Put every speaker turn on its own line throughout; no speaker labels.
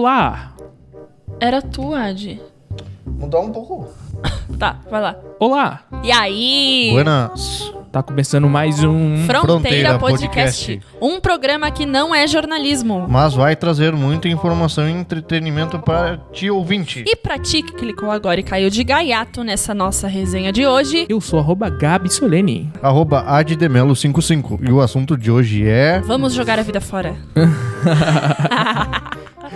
Olá!
Era tu, Adi.
Mudar um pouco.
Tá, vai lá.
Olá!
E aí?
Buenas.
Tá começando mais um.
Fronteira,
Fronteira
Podcast.
Podcast.
Um programa que não é jornalismo.
Mas vai trazer muita informação e entretenimento para ti ouvinte.
E pra ti que clicou agora e caiu de gaiato nessa nossa resenha de hoje,
Eu sou arroba Gabi Solene.
Arroba addemelo55. E o assunto de hoje é...
vamos jogar a vida fora.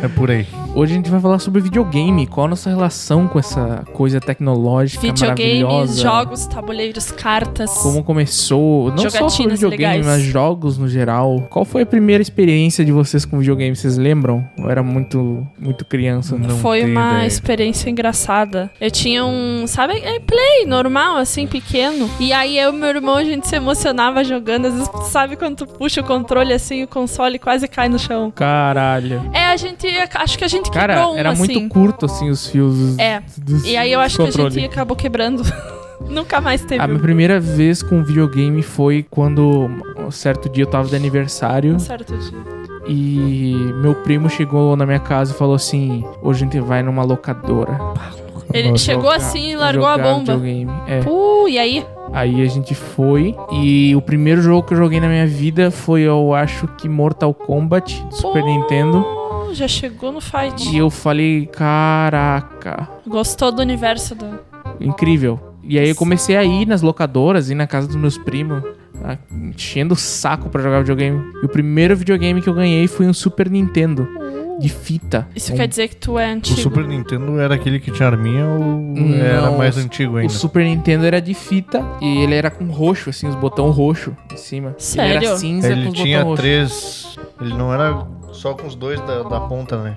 É por aí.
Hoje a gente vai falar sobre videogame, qual a nossa relação com essa coisa tecnológica
Videogames,
maravilhosa.
jogos, tabuleiros, cartas.
Como começou, não só sobre
Jogatinas
videogame,
legais.
mas jogos no geral. Qual foi a primeira experiência de vocês com videogame? Vocês lembram? Eu era muito, muito criança. né?
Não
Foi
tenho
uma
ideia.
experiência engraçada. Eu tinha um, sabe, é play normal, assim, pequeno. E aí eu e meu irmão, a gente se emocionava jogando. Às vezes, tu sabe quando tu puxa o controle assim, o console quase cai no chão.
Caralho.
É, a gente. Acho que a gente
Cara,
quebrou um,
era
assim.
muito curto assim os fios. dos-
É.
dos-
E aí eu
dos
acho que a
controle. Ah,
gente acabou quebrando. Nunca mais teve.
A minha
um
primeira vez com videogame foi quando um certo dia eu tava de aniversário
certo dia.
e meu primo chegou na minha casa e falou assim: hoje a gente vai numa locadora.
Ele
Nossa.
chegou
jogar-
assim e largou a
jogar
bomba.
Videogame. É.
Uh, e aí?
Aí a gente foi e o primeiro jogo que eu joguei na minha vida foi, eu acho que Mortal Kombat do Super
Pô,
Nintendo.
Já chegou no
E
fight.
eu falei: caraca.
Gostou do universo do.
Incrível. E aí eu comecei a ir nas locadoras, ir na casa dos meus primos, a- enchendo o saco pra jogar videogame. E o primeiro videogame que eu ganhei foi um Super Nintendo, de fita.
Isso
Um-
quer dizer que tu é
O
antigo.
Super Nintendo era aquele que tinha arminha ou
Não,
era mais
o-
antigo
Um, O
ainda?
Super Nintendo era de fita e ele era com roxo, assim, os botão roxo em cima. Ele era
Sério?
cinza é com
Ele
os
tinha
botão roxo.
três... Ele não era só com os dois da, da ponta, né?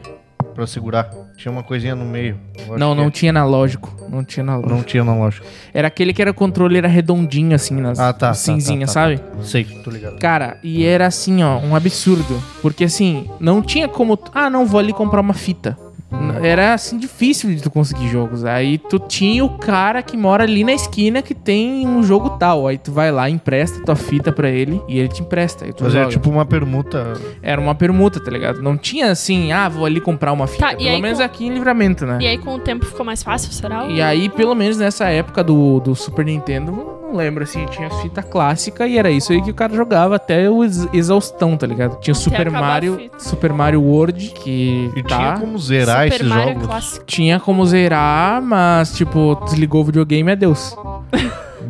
Pra segurar. Tinha uma coisinha no meio. Eu acho
Não,
que
não
é.
tinha analógico. Não tinha analógico.
Não tinha na loja.
Era aquele que era o controle, era redondinho, assim, nas
Ah, tá, tá,
cinzinha,
tá, tá,
sabe?
Sei, tô ligado.
Cara, e era assim, ó, um absurdo. Porque assim, não tinha como. tu- Ah, não, vou ali comprar uma fita. N- Era assim, difícil de tu conseguir jogos. Aí tu tinha o cara que mora ali na esquina que tem um jogo tal. Aí tu vai lá, empresta tua fita pra ele e ele te empresta. Aí tu
Mas
joga.
era tipo uma permuta.
Era uma permuta, tá ligado? Não tinha assim, ah, vou ali comprar uma fita.
Tá, e
pelo
aí
menos
com-
aqui em livramento, né?
E aí com o tempo ficou mais fácil, será?
E aí, pelo menos nessa época do, do Super Nintendo, não lembro assim, tinha fita clássica e era isso aí que o cara jogava até o ex- exaustão, tá ligado? Tinha o
Até
Super
acabar a
Mario,
fita.
Super Mario World, que
E
tá.
tinha como zerar
Super
esses
Mario
jogos.
clássico.
Tinha como zerar, mas tipo, desligou o videogame, adeus.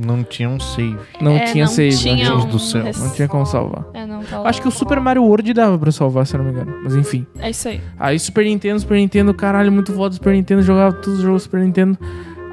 Não tinha um save.
Não
É,
tinha né, save,
tinha
não,
Deus
um
do céu.
res-
tinha, não tinha como salvar.
É, não, tá lá.
Acho que o Super Mario World dava pra salvar, se eu não me engano. Mas enfim.
É isso aí.
Aí Super Nintendo, Super Nintendo, caralho, muito foda Super Nintendo, jogava todos os jogos Super Nintendo.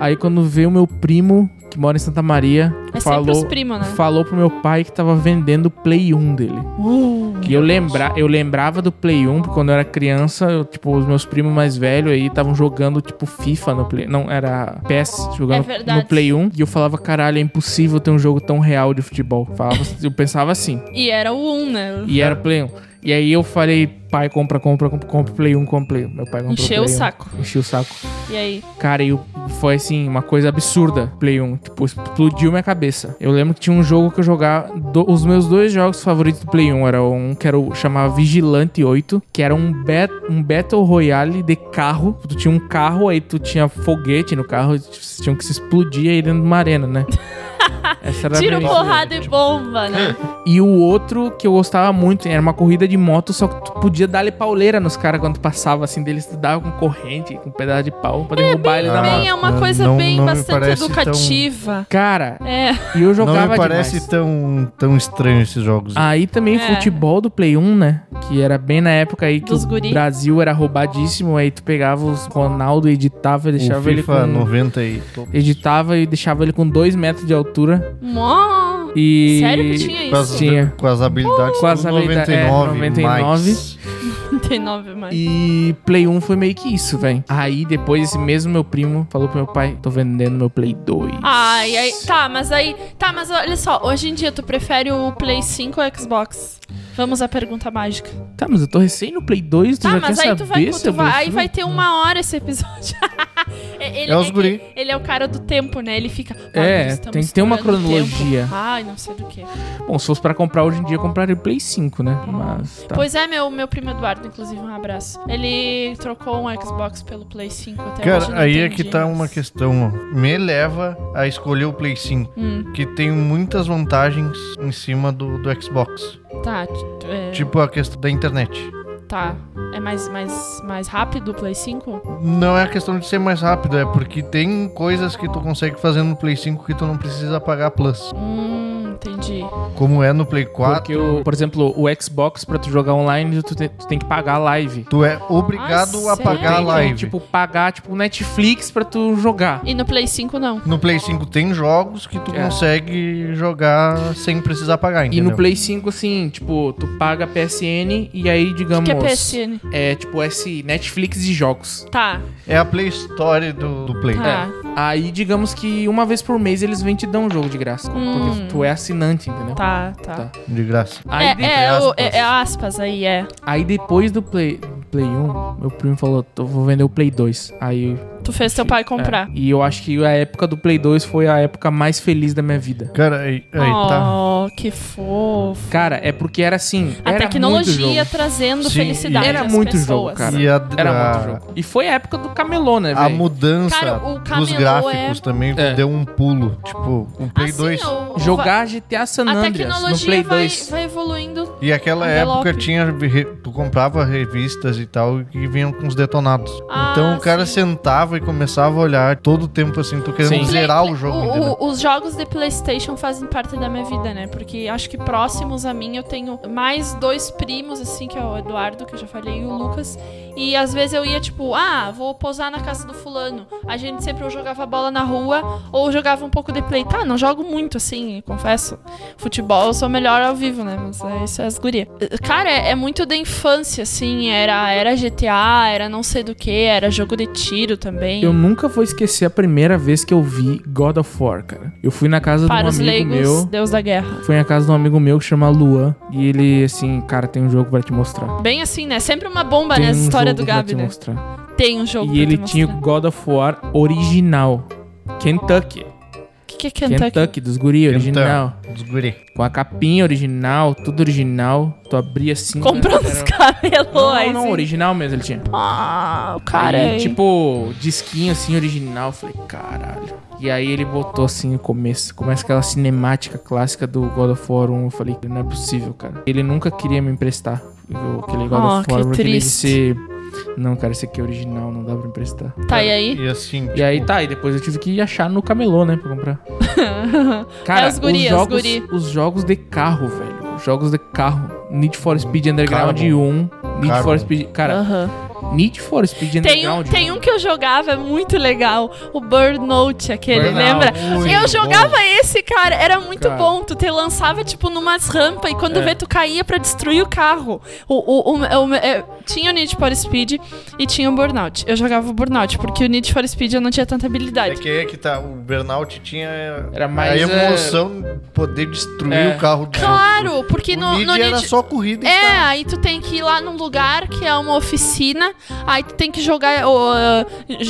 Aí quando veio meu primo, que mora em Santa Maria,
É sempre os
falou,
primos, né?
falou pro meu pai que tava vendendo o Play 1 dele.
Uh.
E eu, lembra, eu lembrava do Play 1, porque quando eu era criança, eu, tipo, os meus primos mais velhos aí estavam jogando, tipo, FIFA no Play. Não, era PES,
É
jogando
verdade.
no Play 1. E eu falava, caralho, é impossível ter um jogo tão real de futebol. Falava- eu pensava assim.
E era o 1, né?
E era Play 1. E aí eu falei, pai, compra, compra, compra, compra Play 1, compra Play 1. Meu pai comprou
Encheu o
Play 1.
saco.
Encheu o saco.
E aí?
Cara, e eu- foi assim, uma coisa absurda, Play 1. Tipo, explodiu minha cabeça. Eu lembro que tinha um jogo que eu jogava. do- os meus dois jogos favoritos do Play 1 era um que era o, chamava Vigilante 8, que era um, bet, um Battle Royale de carro. Tu tinha um carro, aí tu tinha foguete no carro, e vocês tinham que se explodir aí dentro de uma arena, né? Essa era a
Tiro,
minha-
porrada e bomba, né?
E o outro que eu gostava muito era uma corrida de moto, só que tu podia dar-lhe pauleira nos caras quando tu passava, assim, deles tu dava com corrente, com um pedaço de pau, pra derrubar ele da
Ah,
moto.
Bem, é uma
não-
coisa
não
bem
me
bastante
parece tão-
educativa.
Cara,
É,
E eu
não
jogava
me parece
demais. Ah,
tão, tão estranho esses jogos.
Aí também
É.
futebol do Play 1, né? Que era bem na época aí que
Dos
o
guri.
Brasil era roubadíssimo. Aí tu pegava os Ronaldo, editava e
o
deixava ele com...
Um FIFA 90 e
Editava e deixava ele com 2 metros de altura.
mó...
E...
Sério que tinha né?
com as,
isso?
Tinha.
com as habilidades
Com as
do
habilidades-
99,
é, 99.
mais.
39 mais.
E Play 1 foi meio que isso, velho. Aí depois esse mesmo meu primo falou pro meu pai, tô vendendo meu Play 2.
Ai, ai, tá, mas aí... Tá, mas olha só, hoje em dia tu prefere o Play 5 ou Xbox? Vamos à pergunta mágica.
Tá, mas eu tô recém no Play 2, tu
Tá,
já
mas
quer
aí
saber
tu vai,
se eu
tu vai, aí
prefiro?
vai ter uma hora esse episódio. Ele,
É os
que
guri.
Ele é o cara do tempo, né? Ele fica. "Ah,
É,
nós estamos
tem que ter uma
estourando o
cronologia.
tempo." Ai, não sei do que.
Bom, se fosse pra comprar hoje em dia, eu compraria o Play 5, né? Mas tá.
Pois é, meu, meu primo Eduardo, inclusive, um abraço. Ele trocou um Xbox pelo Play 5 até hoje.
Cara,
não
aí é
entendi,
que tá
mas-
uma questão, ó. Me leva a escolher o Play 5,
Hum,
que tem muitas vantagens em cima do, do Xbox.
tá, t- é,
Tipo a questão da internet.
tá. É mais, mais, mais rápido o Play 5?
Não é a questão de ser mais rápido, é porque tem coisas que tu consegue fazer no Play 5 que tu não precisa pagar Plus.
Hum, entendi.
Como é no Play 4,
Porque, o- por exemplo, o Xbox, pra tu jogar online, tu, te- tu tem que pagar a live.
tu é obrigado
Ah,
a pagar a
sério?
Tem que,
live.
tipo, pagar, tipo, Netflix pra tu jogar.
E no Play 5 não.
No Play 5 tem jogos que tu
É.
consegue jogar sem precisar pagar,
E
entendeu?
no Play 5, assim, tipo, tu paga PSN e aí,
O
digamos.
que é PSN?
é, tipo esse Netflix de jogos.
Tá,
É a Play Store do, do Play.
tá.
Aí, digamos que uma vez por mês eles vêm te dar um jogo de graça.
Hum.
Porque tu é assinante, entendeu?
Tá,
Tá.
tá.
De graça.
Aí, de-
é, é, o-
aspas.
é- é aspas aí, é.
aí depois do Play, Play 1, meu primo falou: "Tô- vou vender o Play 2. Aí.
Tu fez teu pai comprar.
é. E eu acho que a época do Play 2 foi a época mais feliz da minha vida.
Cara, aí, aí tá.
Oh, que fofo.
Cara, é porque era assim.
A
era muito
tecnologia
jogo.
trazendo
Sim,
felicidade.
era
às
muito
pessoas.
jogo, cara.
E a,
Era
a-
muito jogo. E foi a época do camelô, né,
a
velho?
mudança
Cara, o
dos
camelô
gráficos
é-
também
É.
deu um pulo. Tipo, o Play
Assim,
2.
o-
Jogar GTA San
A
Andreas no Play
tecnologia vai,
2.
vai evoluindo.
E aquela
envelope.
época tinha. re- Tu comprava revistas e tal e vinham com os detonados.
Ah,
então o cara
sim.
sentava e começava a olhar todo o tempo assim, tu querendo
Sim.
zerar
Play-
o jogo.
o-
entendeu?
o- os jogos de PlayStation fazem parte da minha vida, né? Porque acho que próximos a mim eu tenho mais dois primos, assim, que é o Eduardo, que eu já falei, e o Lucas. E às vezes eu ia tipo, ah, vou posar na casa do fulano. A gente sempre ou jogava bola na rua ou jogava um pouco de play. Tá, não jogo muito assim, confesso. Futebol eu sou melhor ao vivo, né? Mas é, isso é as gurias. Cara, é, é muito da infância, assim. Era, era GTA, era não sei do que, era jogo de tiro também.
Eu nunca vou esquecer a primeira vez que eu vi God of War, cara. Eu fui na casa de
Para
um
os
amigo
leigos,
meu.
Deus da guerra.
Fui na casa de um amigo meu que chama Luan. E ele, assim, cara, tem um jogo pra te mostrar.
Bem assim, né? Sempre uma bomba,
Tem
né?
um
Essa história
jogo
do
pra
Gabi,
te
né?
mostrar.
Tem um jogo pra
E ele
te
tinha o
mostrar.
God of War original. Kentucky.
O que, que é
Kentucky,
Kentucky?
dos guri, original.
Dos guri.
Com a capinha original, tudo original. Tu abria assim.
Comprou
era-
nos camelô
Não,
aí.
não,
assim.
original mesmo ele tinha.
Ah, o cara
Aí,
é.
tipo, disquinho assim, original. Eu Falei, caralho. E aí ele botou assim o começo. Começa aquela cinemática clássica do God of War 1. Eu falei, não é possível, cara. Ele nunca queria me emprestar viu, aquele God
Ah,
of War.
que
porque ele
triste.
disse, não, cara, esse aqui é original, não dá pra emprestar.
Tá, e aí?
E assim.
E
Tipo-
aí tá, e depois eu tive que achar no camelô, né, pra comprar. Cara,
É os guri, é
os,
os
jogos,
guri.
os jogos de carro, velho. Os jogos de carro. Need for Speed Underground
Carbon.
1. Need for
Carbon.
Speed. Cara,
Aham.
Need for Speed
Ah. Tem um,
Underground.
tem um que eu jogava, é muito legal. O Burnout, aquele,
Burnout.
lembra?
Muito
eu jogava
bom.
esse, cara, era muito
Cara.
bom. Tu te lançava, tipo, numas rampas e quando
É.
vê, tu caía pra destruir o carro. O, o, o- o- é, tinha o Need for Speed e tinha o Burnout. Eu jogava o Burnout, porque o Need for Speed eu não tinha tanta
É
habilidade.
que é que tá. O Burnout tinha
Era mais,
a emoção de poder destruir
É.
o carro do
é, Claro, porque
outro.
no,
o Need
no
era
Need...
só corrida e
É,
estava-
aí tu tem que ir lá num lugar que é uma oficina, aí tu tem que jogar, ó,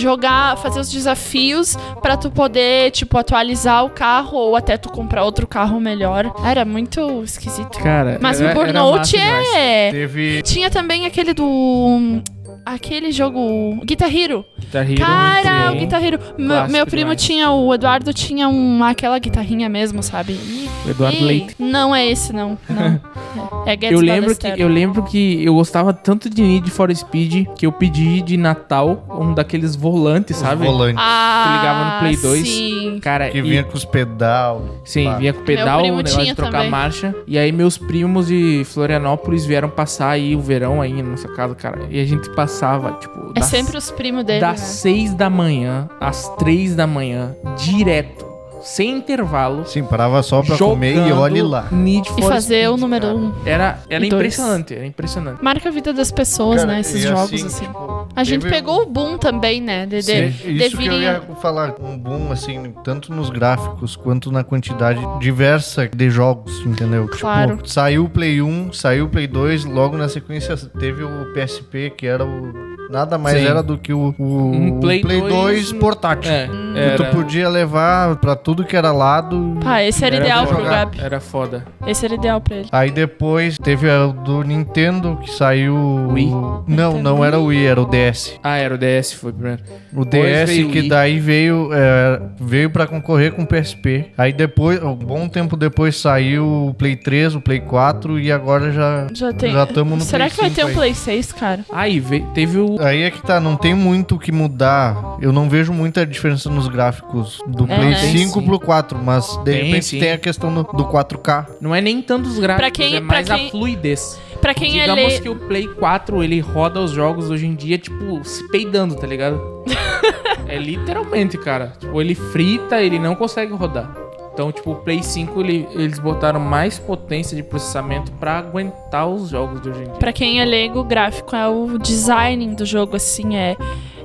jogar, fazer os desafios pra tu poder, tipo, atualizar o carro ou até tu comprar outro carro melhor. Era muito esquisito.
Cara,
um. Mas
era-
o
era
Burnout
massa demais.
é.
Teve.
Tinha também aquele do. Aquele jogo. Guitar Hero.
Tá
Guitar Hero,
Cara,
muito
o tá
bom.
Guitar Hero. Meu-
Clássico
meu primo
demais.
tinha, o Eduardo tinha uma, aquela guitarrinha mesmo, sabe? Ih,
O Eduardo
Ei,
Leite.
Não é esse, não. não. É Gets
Eu lembro, que,
Ballester.
eu lembro que eu gostava tanto de Need for Speed que eu pedi de Natal um daqueles volantes, sabe?
Os volantes.
Ah,
que ligava no Play 2.
Sim.
Cara,
Que
e-
vinha com os pedal.
sim,
pá.
vinha com
Meu
pedal,
primo
o negócio de
tinha
trocar
também.
marcha. E aí meus primos de Florianópolis vieram passar aí o verão aí na nossa casa, cara. E a gente passava, tipo,
É
das-
sempre os primos dele,
das
né?
6 da manhã às 3 da manhã, direto, sem intervalo.
Sim, parava só pra comer e
jogando
olhe lá.
Need
E
for
fazer o
Speed,
número
cara.
um
Era, era
e dois.
impressionante, era impressionante.
Marca a vida das pessoas,
Cara,
né? Esses
e
jogos, assim.
tipo,
A gente
teve-
pegou o boom também, né, Dedê?
Sim, isso que eu
deveria-
ia falar, um boom assim, tanto nos gráficos quanto na quantidade diversa de jogos, entendeu?
Claro.
um, Tipo, saiu o Play 1, saiu o Play 2, logo na sequência teve o PSP, que era o Nada mais
Sim.
era do que o, o
Um
o
Play 2
2 portátil.
É,
Que tu
era,
podia levar pra tudo que era lado.
Ah, esse era,
Era
ideal
pra
pro
jogar.
Gabi.
era foda.
Esse era ideal pra ele.
Aí depois teve a do Nintendo que saiu. o-
Wii?
Não, não era o Wii, era o DS.
Ah, era o DS, foi primeiro.
O
Depois
DS
veio o
que
Wii.
daí veio é, veio para concorrer com o PSP. Aí depois, um bom tempo depois saiu o Play 3, o Play 4 e agora já
Já tem.
já estamos no
Será
Play
que vai
5
ter um
aí.
Play 6, cara?
Aí veio, teve o.
Aí é que tá, não tem muito o que mudar. Eu não vejo muita diferença nos gráficos do
É,
Play
né?
5
Tem,
pro 4, mas de
Tem,
repente
sim.
tem a questão do, do 4K.
Não é nem tantos gráficos,
Pra quem-
é
pra
mais
quem-
a fluidez.
Pra quem
Digamos
é le...
que o Play 4 ele roda os jogos hoje em dia, tipo, se peidando, tá ligado? é literalmente, cara. Tipo, ele frita, ele não consegue rodar. Então, tipo, o Play 5 ele- eles botaram mais potência de processamento pra aguentar os jogos de hoje em dia.
Pra quem é leigo, o gráfico é o design do jogo, assim, é...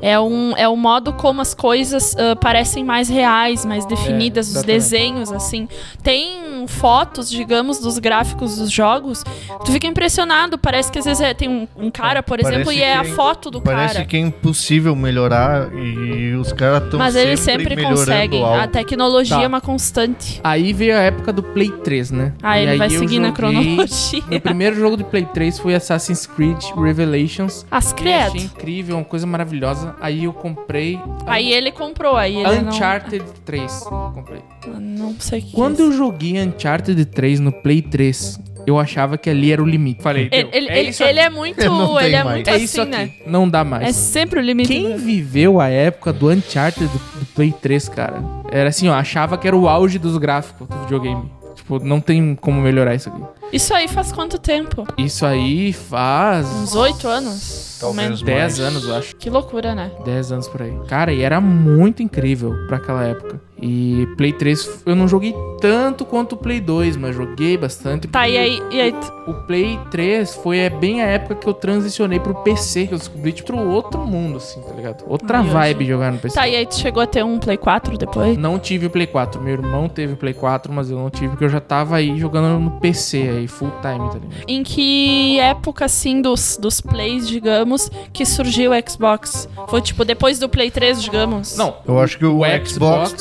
É, um, é o modo como as coisas ah, parecem mais reais, mais definidas, os
exatamente.
desenhos, assim. Tem fotos, digamos, dos gráficos dos jogos, tu fica impressionado, parece que às vezes é- tem um, um cara, por
Parece
exemplo, e é a
que-
foto do
Parece
cara.
que é impossível melhorar e os caras estão
Mas
sempre,
eles sempre
melhorando
conseguem.
algo.
A tecnologia
Tá.
é uma constante.
Aí veio a época do Play 3, né?
Ah,
E
ele vai
eu
seguir na
joguei-
cronologia.
Meu primeiro jogo de Play 3 foi Assassin's Creed Revelations.
As
Eu achei
credo.
incrível, uma coisa maravilhosa. Aí eu comprei
Aí ele comprou, aí ele
Uncharted 3. Comprei.
não... Não sei o que
Quando
é
eu joguei Uncharted 3 no Play 3, eu achava que ali era o limite. Falei,
Ele,
"Meu,
ele,
é
ele,
isso
ele
aqui.
é muito,
Não tem
ele é
mais.
muito
É
assim,
isso aqui.
né?
Não dá
É
mais.
sempre o limite.
Quem
né?
viveu a época do Uncharted do, do Play 3, cara, era assim, ó, achava que era o auge dos gráficos do videogame. Tipo, não tem como melhorar isso aqui.
Isso aí faz quanto tempo?
Isso aí faz.
Uns oito anos? né?
Talvez
10
mais.
anos, eu acho.
Que loucura, né?
10 anos por aí. Cara, e era muito incrível pra aquela época. E Play 3 eu não joguei tanto quanto o Play 2, mas joguei bastante.
Tá, e
porque
aí, e aí tu-
O Play 3 foi é, bem a época que eu transicionei pro PC, que eu descobri, tipo, outro mundo, assim, tá ligado? Outra
Ai, hoje-
vibe jogar no PC.
tá, e aí tu chegou a ter um Play 4 depois?
Não tive o Play 4. Meu irmão teve o Play 4, mas eu não tive, porque eu já tava aí jogando no PC aí, full time, tá ligado?
Em que época, assim, dos, dos plays, digamos, que surgiu o Xbox? Foi, tipo, depois do Play 3, digamos?
Não.
Eu acho que o,
O
Xbox,
Xbox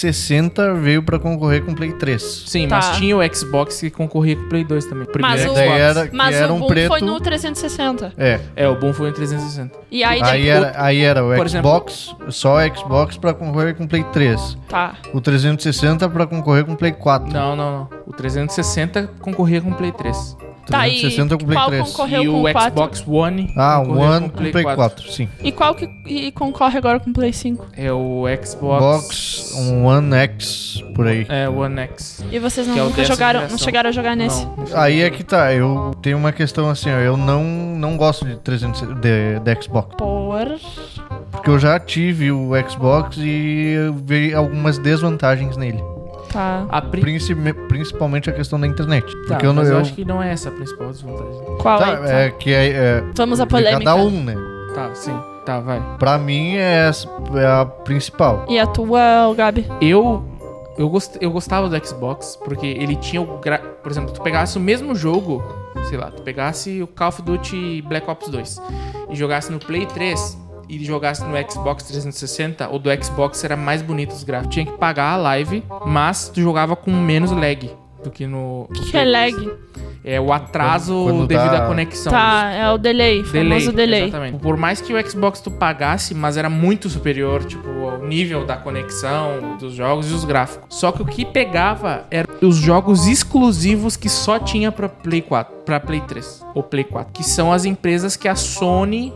360 veio pra concorrer com o Play 3.
Sim,
Tá.
mas tinha o Xbox que concorria com o Play 2 também. Primeiro
Mas o-
Xbox.
Daí era, que
Mas
era
o
um
boom
preto.
foi no 360.
É,
É, o bom foi em 360.
E aí,
aí
depois...
era, aí era
é Por
o
exemplo-
Xbox, só o Xbox pra concorrer com o Play 3.
Tá.
O 360 pra concorrer com o Play 4.
Não, não, não. O 360 concorria com o Play 3.
Tá, e
360 com o Play
qual
3.
concorreu
e
com
o
o 4?
Xbox One
Ah, o
concorria
One com o Play 4, sim.
E qual que e concorre agora com o Play 5?
É o Xbox...
Box, um One X, por aí.
É, o One X.
E vocês não,
Que é o
nunca
dessa
jogaram, não
geração.
chegaram a jogar nesse?
Não, não
Aí é que tá, eu tenho uma questão assim, ó, eu não, não gosto de, 360 de, de Xbox,
Por...
porque eu já tive o Xbox e eu vi algumas desvantagens nele,
Tá.
A pri...
Princi- principalmente a questão da internet,
Tá,
porque eu não...
mas eu,
eu-
acho que não é essa a principal desvantagem.
Qual
tá,
é, então?
é que é, é
Vamos à
de cada
polêmica.
um, né?
Tá, sim. Tá, vai.
Pra mim é, essa- é a principal.
E a tua, o Gabi?
Eu... Eu, gost... eu gostava do Xbox, porque ele tinha o... Gra... Por exemplo, tu pegasse o mesmo jogo... Sei lá, tu pegasse o Call of Duty Black Ops 2 e jogasse no Play 3 e jogasse no Xbox 360, o do Xbox era mais bonito os gráficos. Tinha que pagar a live, mas tu jogava com menos lag do que no...
O que, que é lag?
É o atraso
Quando- quando
devido
dá-
à conexão.
Tá, é o delay, famoso delay.
Exatamente. Por mais que o Xbox tu pagasse, mas era muito superior, tipo, ao nível da conexão, dos jogos e os gráficos. Só que o que pegava eram os jogos exclusivos que só tinha pra Play 4, pra Play 3 ou Play 4, que são as empresas que a Sony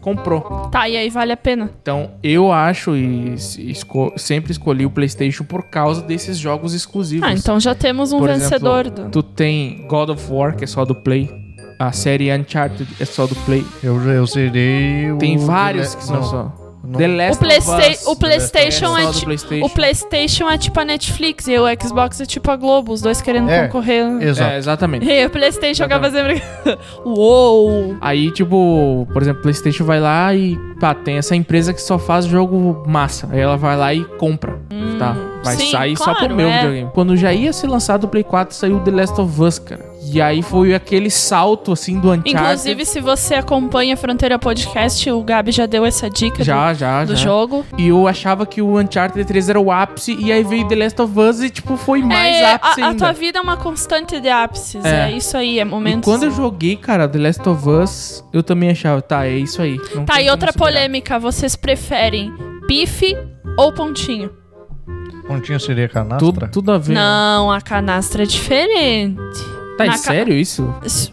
comprou.
Tá, e aí vale a pena.
Então, eu acho e se- esco- sempre escolhi o PlayStation por causa desses jogos exclusivos.
Ah, então já temos um
Por exemplo,
vencedor do...
Tu tem God of War, que é só do Play. A série Uncharted é só do Play.
Eu, eu serei o...
Tem vários que são
não, é
só.
não-
The Last
O, Playsta-
of Us.
o PlayStation
é
é
só do
ti-
PlayStation.
O PlayStation é tipo a Netflix e o Xbox é tipo a Globo, os dois querendo
É,
concorrer. né?
É,
Exato.
exatamente.
E o PlayStation acaba sempre. Uou!
Aí, tipo, por exemplo, PlayStation vai lá e pá, tem essa empresa que só faz jogo massa. Aí ela vai lá e compra, tá? Vai
Hum, Sim,
sair só
claro,
pro meu
é.
videogame. Quando já ia ser lançado o Play 4, saiu The Last of Us, cara. E aí foi aquele salto, assim, do Uncharted.
Inclusive, se você acompanha Fronteira Podcast, o Gabi já deu essa dica
já, já,
do, do
já.
jogo.
E eu achava que o Uncharted 3 era o ápice, e aí veio The Last of Us e, tipo, foi mais
é,
ápice
a, a
ainda.
tua vida é uma constante de ápices.
É.
É, isso aí, é
e
momentos.
quando eu joguei, cara, The Last of Us, eu também achava, tá, é isso aí. não
Tá,
tem
e
como
outra
superar.
polêmica. Vocês preferem bife ou pontinho?
Pontinho seria
Tudo,
canastra?
É. tudo a ver.
Não, a canastra é diferente.
Tá, é
na ca-
sério isso?
Isso.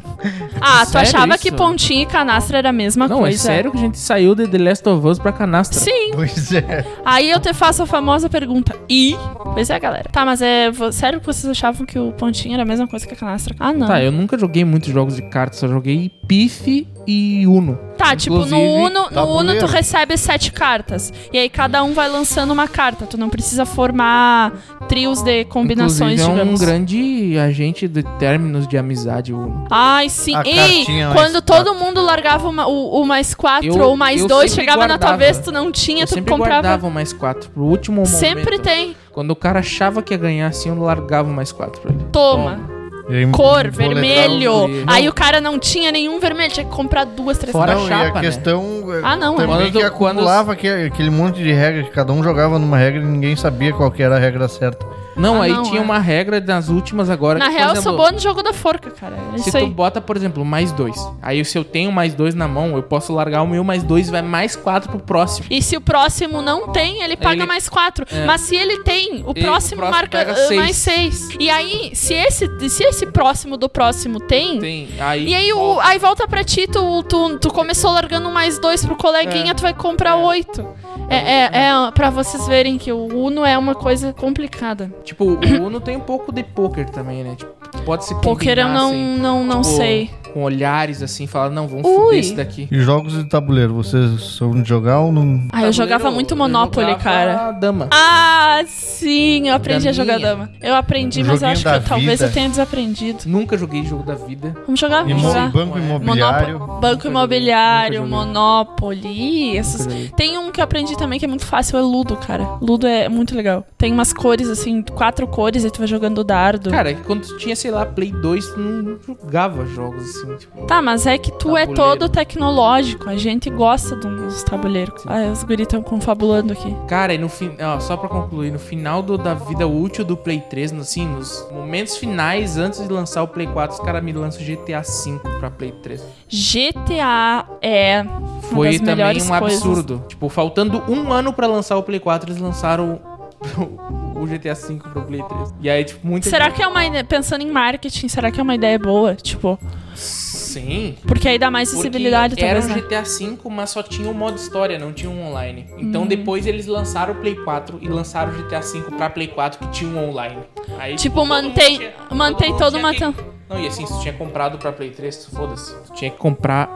Ah, tu
Sério
achava
isso?
que pontinho e canastra era a mesma
não,
coisa?
é sério que a gente saiu de The Last of Us pra canastra.
Sim.
Pois é.
Aí eu te faço a famosa pergunta. E? Pois é, galera. Tá, mas é vo- sério que vocês achavam que o pontinho era a mesma coisa que a canastra? Ah, não.
Tá, eu nunca joguei muitos jogos de cartas, só joguei Pife e Uno.
Tá, tipo, no
Inclusive, tá
Uno, no
tabuleiro.
Uno tu recebe sete cartas. E aí cada um vai lançando uma carta. Tu não precisa formar trios de combinações,
Inclusive, é um
digamos.
grande agente de términos de amizade, o Uno.
Ai, sim.
A
Ei,
cartinha mais
quando
quatro.
todo mundo largava uma- o, o mais quatro
Eu-
ou mais
eu
dois,
sempre
chegava na tua
guardava.
vez, tu não tinha,
Eu
tu
sempre
comprava.
guardava o mais quatro pro último momento.
Sempre tem.
Quando o cara achava que ia ganhar, assim, eu largava o mais quatro pra ele.
Toma.
E
um
aí,
Cor,
o
boletar
vermelho.
guri.
Aí o cara não tinha nenhum vermelho, tinha que comprar duas, três
Fora
cartas.
a
Não, e
chapa,
a
né?
questão é,
Ah, não.
também
Quando-
que
quando-
acumulava que- aquele monte de regra, que cada um jogava numa regra e ninguém sabia qual que era a regra certa.
Não,
Ah,
aí
não,
tinha
é.
uma regra das últimas agora.
Na
que, por
real, eu
exemplo,
sou boa no jogo da forca, cara. É
Se
isso
tu
aí.
bota, por exemplo, mais dois. Aí se eu tenho mais dois na mão, eu posso largar o meu mais dois e vai mais quatro pro próximo.
E se o próximo não tem, ele paga
Ele- é.
mais quatro. Mas se ele tem, o
Ele-
próximo,
o próximo
marca
pega
ah,
seis.
mais seis. E aí, se esse, se esse próximo do próximo tem.
Tem. Aí.
E aí, o, aí volta pra ti, tu, tu, tu começou largando mais dois pro coleguinha, tu vai comprar oito. É, é, é, pra vocês verem que o Uno é uma coisa complicada.
Tipo, o Uno tem um pouco de poker também, né? Tipo, pode se
Poker eu
combinar,
não,
assim,
não, não
tipo,
sei.
Com olhares assim, falar, não, vamos
Ui.
fuder esse daqui.
E jogos de tabuleiro, vocês soube jogar ou não?
Ah,
Tá,
eu jogava muito
né?
Monopoly, cara.
A dama.
Ah, sim, eu aprendi a jogar
Daminha.
dama. Eu aprendi, mas eu
Um Joguinho
acho
da
que talvez
vida.
eu tenha desaprendido.
Nunca joguei jogo da vida.
Vamos jogar, vamos
Imo-
jogar.
Banco
Ué.
imobiliário.
Monopo- Banco
joguei,
Imobiliário,
nunca joguei.
Monopoly, essas...
Nunca joguei.
Tem um que eu aprendi também que é muito fácil, é Ludo, cara. Ludo é muito legal. Tem umas cores, assim, quatro cores, e tu vai jogando o dardo.
Cara, é que quando tu tinha, sei lá, Play 2, tu não jogava jogos assim, tipo.
Tá, mas é que tu é
Tabuleiro.
todo tecnológico. A gente gosta dos tabuleiros. Ah, os guris estão confabulando aqui.
Cara, e no fim, ó, só pra concluir, no final do- da vida útil do Play 3, no- assim, nos momentos finais, antes de lançar o Play 4, os caras me lançam o GTA V pra Play 3.
GTA é uma
Foi
das
também
melhores
um
coisas.
absurdo. Tipo, faltando um ano pra lançar o Play 4, eles lançaram o, o GTA V pro Play 3. E aí, tipo, muita
Será que é uma ideia, pensando em marketing, será que é uma ideia boa? Tipo,
Sim.
porque aí dá mais
Porque
visibilidade
era um
também, né?
o GTA V, mas só tinha o modo história, não tinha um online.
Uhum.
Então depois eles lançaram o Play 4 e lançaram o GTA V pra Play 4 que tinha um online. Aí,
Tipo,
todo mundo
mantém-
tinha-
mantém
mundo
toda
tinha
uma
que-
tam-
Não, e assim, se tu tinha comprado pra Play 3, tu foda-se. Tu tinha que comprar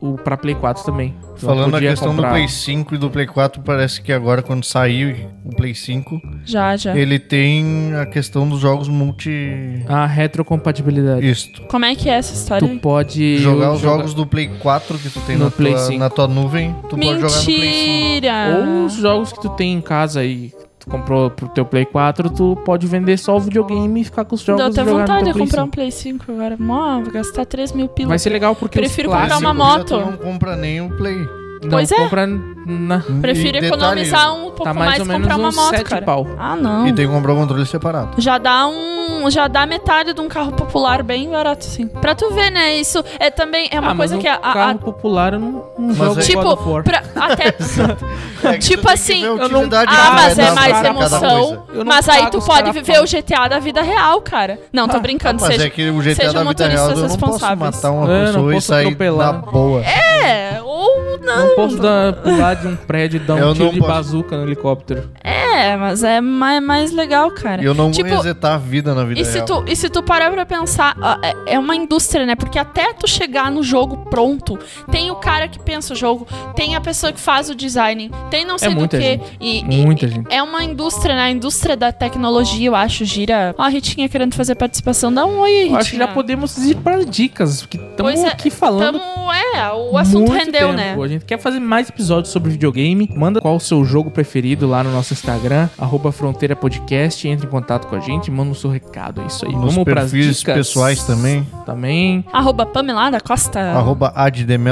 o pra Play 4 também. Tu não
Falando a
podia
questão
comprar-
do Play 5 e do Play 4, parece que agora quando saiu o Play 5,
Já, já.
ele tem a questão dos jogos multi...
A retrocompatibilidade.
Isto.
Como é que é essa história?
Tu pode
Jogar
eu-
os jogos do Play 4 que tu tem
No
na
Play
tua,
5.
na tua nuvem, tu pode jogar no Play 5.
Mentira!
Ou os jogos que tu tem em casa aí, que tu comprou pro teu Play 4, tu pode vender só o videogame e ficar com os jogos
Deu
e
até
jogar no
vontade de
teu Play
comprar
5.
um Play 5 agora. Mó, vou gastar 3 mil
Vai
pilas.
ser legal porque
Prefiro
os
é
comprar
clássicos
uma moto.
Tu não compra nem o Play.
não
Pois é.
compra na...
Prefiro
E detalhe,
economizar um pouco
Tá mais
mais
ou
e
menos
comprar uma
uns
moto,
sete
cara.
pau.
Ah, não.
E tem que comprar o controle separado.
Já dá um. Já dá metade de um carro popular bem barato, assim. Pra tu ver, né? Isso é também. É uma
Ah,
coisa
mas
que a.
um
a-
carro
a-
popular eu não, não jogo
aí-
God of
tipo,
War.
pra- até.
É que tu
Tipo
tem que
assim,
ver a
eu não-
utilidade
Ah,
que
Ah,
mas
vai
é
não,
dar
mais
cara,
pra cada
emoção.
coisa.
Eu não
Mas aí
pago
tu
os Ah,
pode
caras
viver o GTA da vida real, cara. Não, tô brincando.
Mas
seja...
é que o GTA
sejam
da vida
motoristas
real eu não posso
responsáveis.
matar uma
É, não
pessoa e
posso
sair
atropelar.
na boa.
É, ou não.
Não posso dar, pular de um prédio e dar um
Eu
tiro
não
de
posso.
bazuca no helicóptero.
É, mas é mais, mais legal, cara.
E eu não
tipo,
vou resetar a vida na vida
E se,
real.
tu, e se tu parar pra pensar, ah, é- é uma indústria, né? Porque até tu chegar no jogo pronto, tem o cara que pensa o jogo, tem a pessoa que faz o design, tem não sei do
É muita
que.
gente.
E, e-
Muita
e
gente.
É uma indústria, né? A indústria da tecnologia, eu acho, gira. Ó, a Ritinha querendo fazer participação. Dá um oi, Ritinha.
Eu acho que já podemos ir para dicas, porque estamos
Pois é,
aqui falando
Tamo, é, o assunto
muito
rendeu,
tempo. A
né?
gente quer fazer mais episódios sobre videogame. Manda qual o seu jogo preferido lá no nosso Instagram, Instagram, arroba Fronteira Podcast, entre em contato com a gente, manda o seu recado, é isso aí.
Nos
pras
perfis pessoais também.
Também.
Arroba Pamela da Costa.
Arroba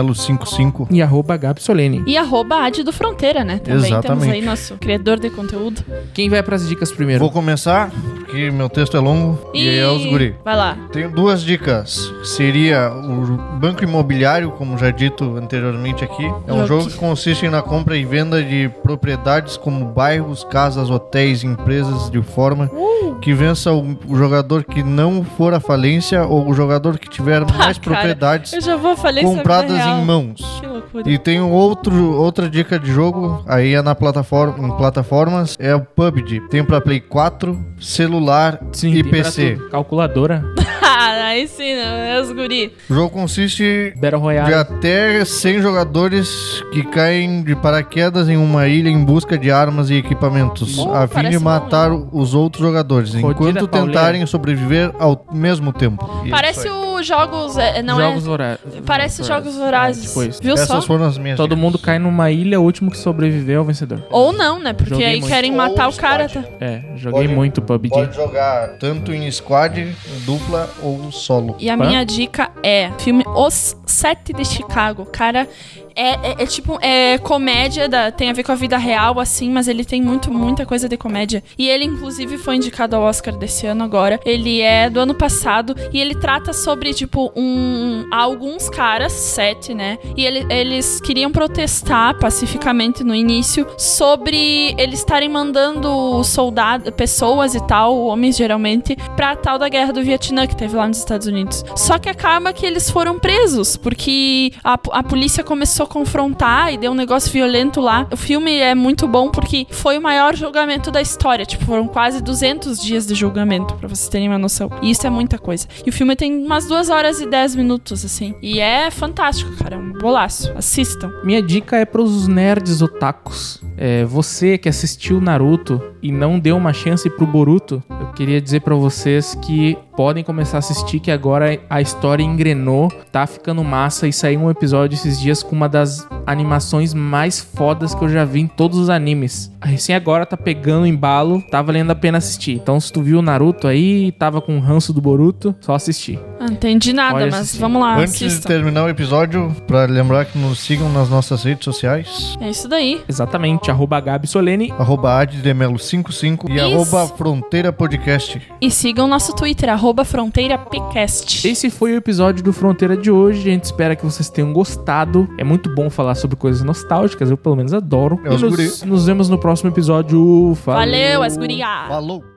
addemelo55.
E arroba Gabi Solene.
E arroba Ad do Fronteira, né? Também temos
Exatamente.
aí nosso criador de conteúdo.
Quem vai pras dicas primeiro?
Vou começar, porque meu texto é longo e, é os guri.
Vai lá.
Tenho duas dicas. Seria o Banco Imobiliário, como já dito anteriormente aqui. É um
Ok.
jogo que consiste na compra e venda de propriedades como bairros, casas, hotéis, empresas, de forma que vença o o jogador que não for à falência ou o jogador que tiver mais
Ah, cara,
propriedades
Eu já vou falar isso na vida
compradas
real.
em mãos.
Que loucura.
E tem um outro, outra dica de jogo, aí é na plataforma, em plataformas, é o PUBG. Tem pra Play 4, celular e
tem pra
PC.
tudo. Calculadora.
Ah, aí sim, né? É os guri.
O jogo consiste
Battle Royale.
de até 100 jogadores que caem de paraquedas em uma ilha em busca de armas e equipamentos,
Oh,
a fim
parece
de
bom,
matar os outros jogadores,
Rodilha
enquanto
pauleira.
tentarem sobreviver ao mesmo tempo. E é
Parece
isso aí.
os jogos. é, Não
jogos
é.
vorazes.
Parece jogos vorazes.
É, tipo isso.
Viu só?
Essas foram as minhas.
Todo
dicas.
mundo cai numa ilha, o último que sobreviver é o vencedor.
Ou não, né? Porque
Joguei
aí
muito.
querem
Ou
matar o
squad.
cara. Tá...
É, joguei
Pode-
muito PUBG.
Pode jogar tanto em squad, em dupla ou solo.
E a
Hã?
minha dica é filme Os Sete de Chicago. Cara, é, é- é tipo, é comédia, da- tem a ver com a vida real, assim, mas ele tem muito, muita coisa de comédia. E ele, inclusive, foi indicado ao Oscar desse ano agora. Ele é do ano passado e ele trata sobre, tipo, um. Alguns caras, sete, né? E ele- eles queriam protestar pacificamente no início sobre eles estarem mandando soldados, pessoas e tal, homens geralmente, pra tal da guerra do Vietnã que teve lá nos Estados Unidos. Só que acaba que eles foram presos, porque a, po- a polícia começou a confrontar e deu um negócio violento lá. O filme é muito bom porque foi o maior julgamento da história. Tipo, foram quase 200 dias de julgamento, pra vocês terem uma noção. E isso é muita coisa. E o filme tem umas 2 horas e 10 minutos, assim. E é fantástico, cara. É um bolaço. Assistam.
Minha dica é pros nerds otakus. É, você que assistiu Naruto e não deu uma chance pro Boruto, eu queria dizer pra vocês que podem começar a assistir que agora a história engrenou, tá ficando massa e saiu um episódio esses dias com uma das animações mais fodas que eu já vi em todos os animes. Recém agora tá pegando o embalo, tá valendo a pena assistir. Então se tu viu Naruto aí e tava com o ranço do Boruto, só assistir.
Ah, não entendi nada,
Pode
mas
assistir.
vamos lá,
Antes de
assistam.
terminar o episódio, pra lembrar que nos sigam nas nossas redes sociais.
É isso daí.
Exatamente, arroba Gabi Solene
arroba addemelo55 e
Isso.
arroba fronteira podcast.
E sigam nosso Twitter, arroba fronteirapcast.
Esse foi o episódio do Fronteira de hoje. A gente espera que vocês tenham gostado. É muito bom falar sobre coisas nostálgicas, eu pelo menos adoro.
É os
e nos,
guri.
nos vemos no próximo episódio. Falou!
Valeu, as gurias!
Falou!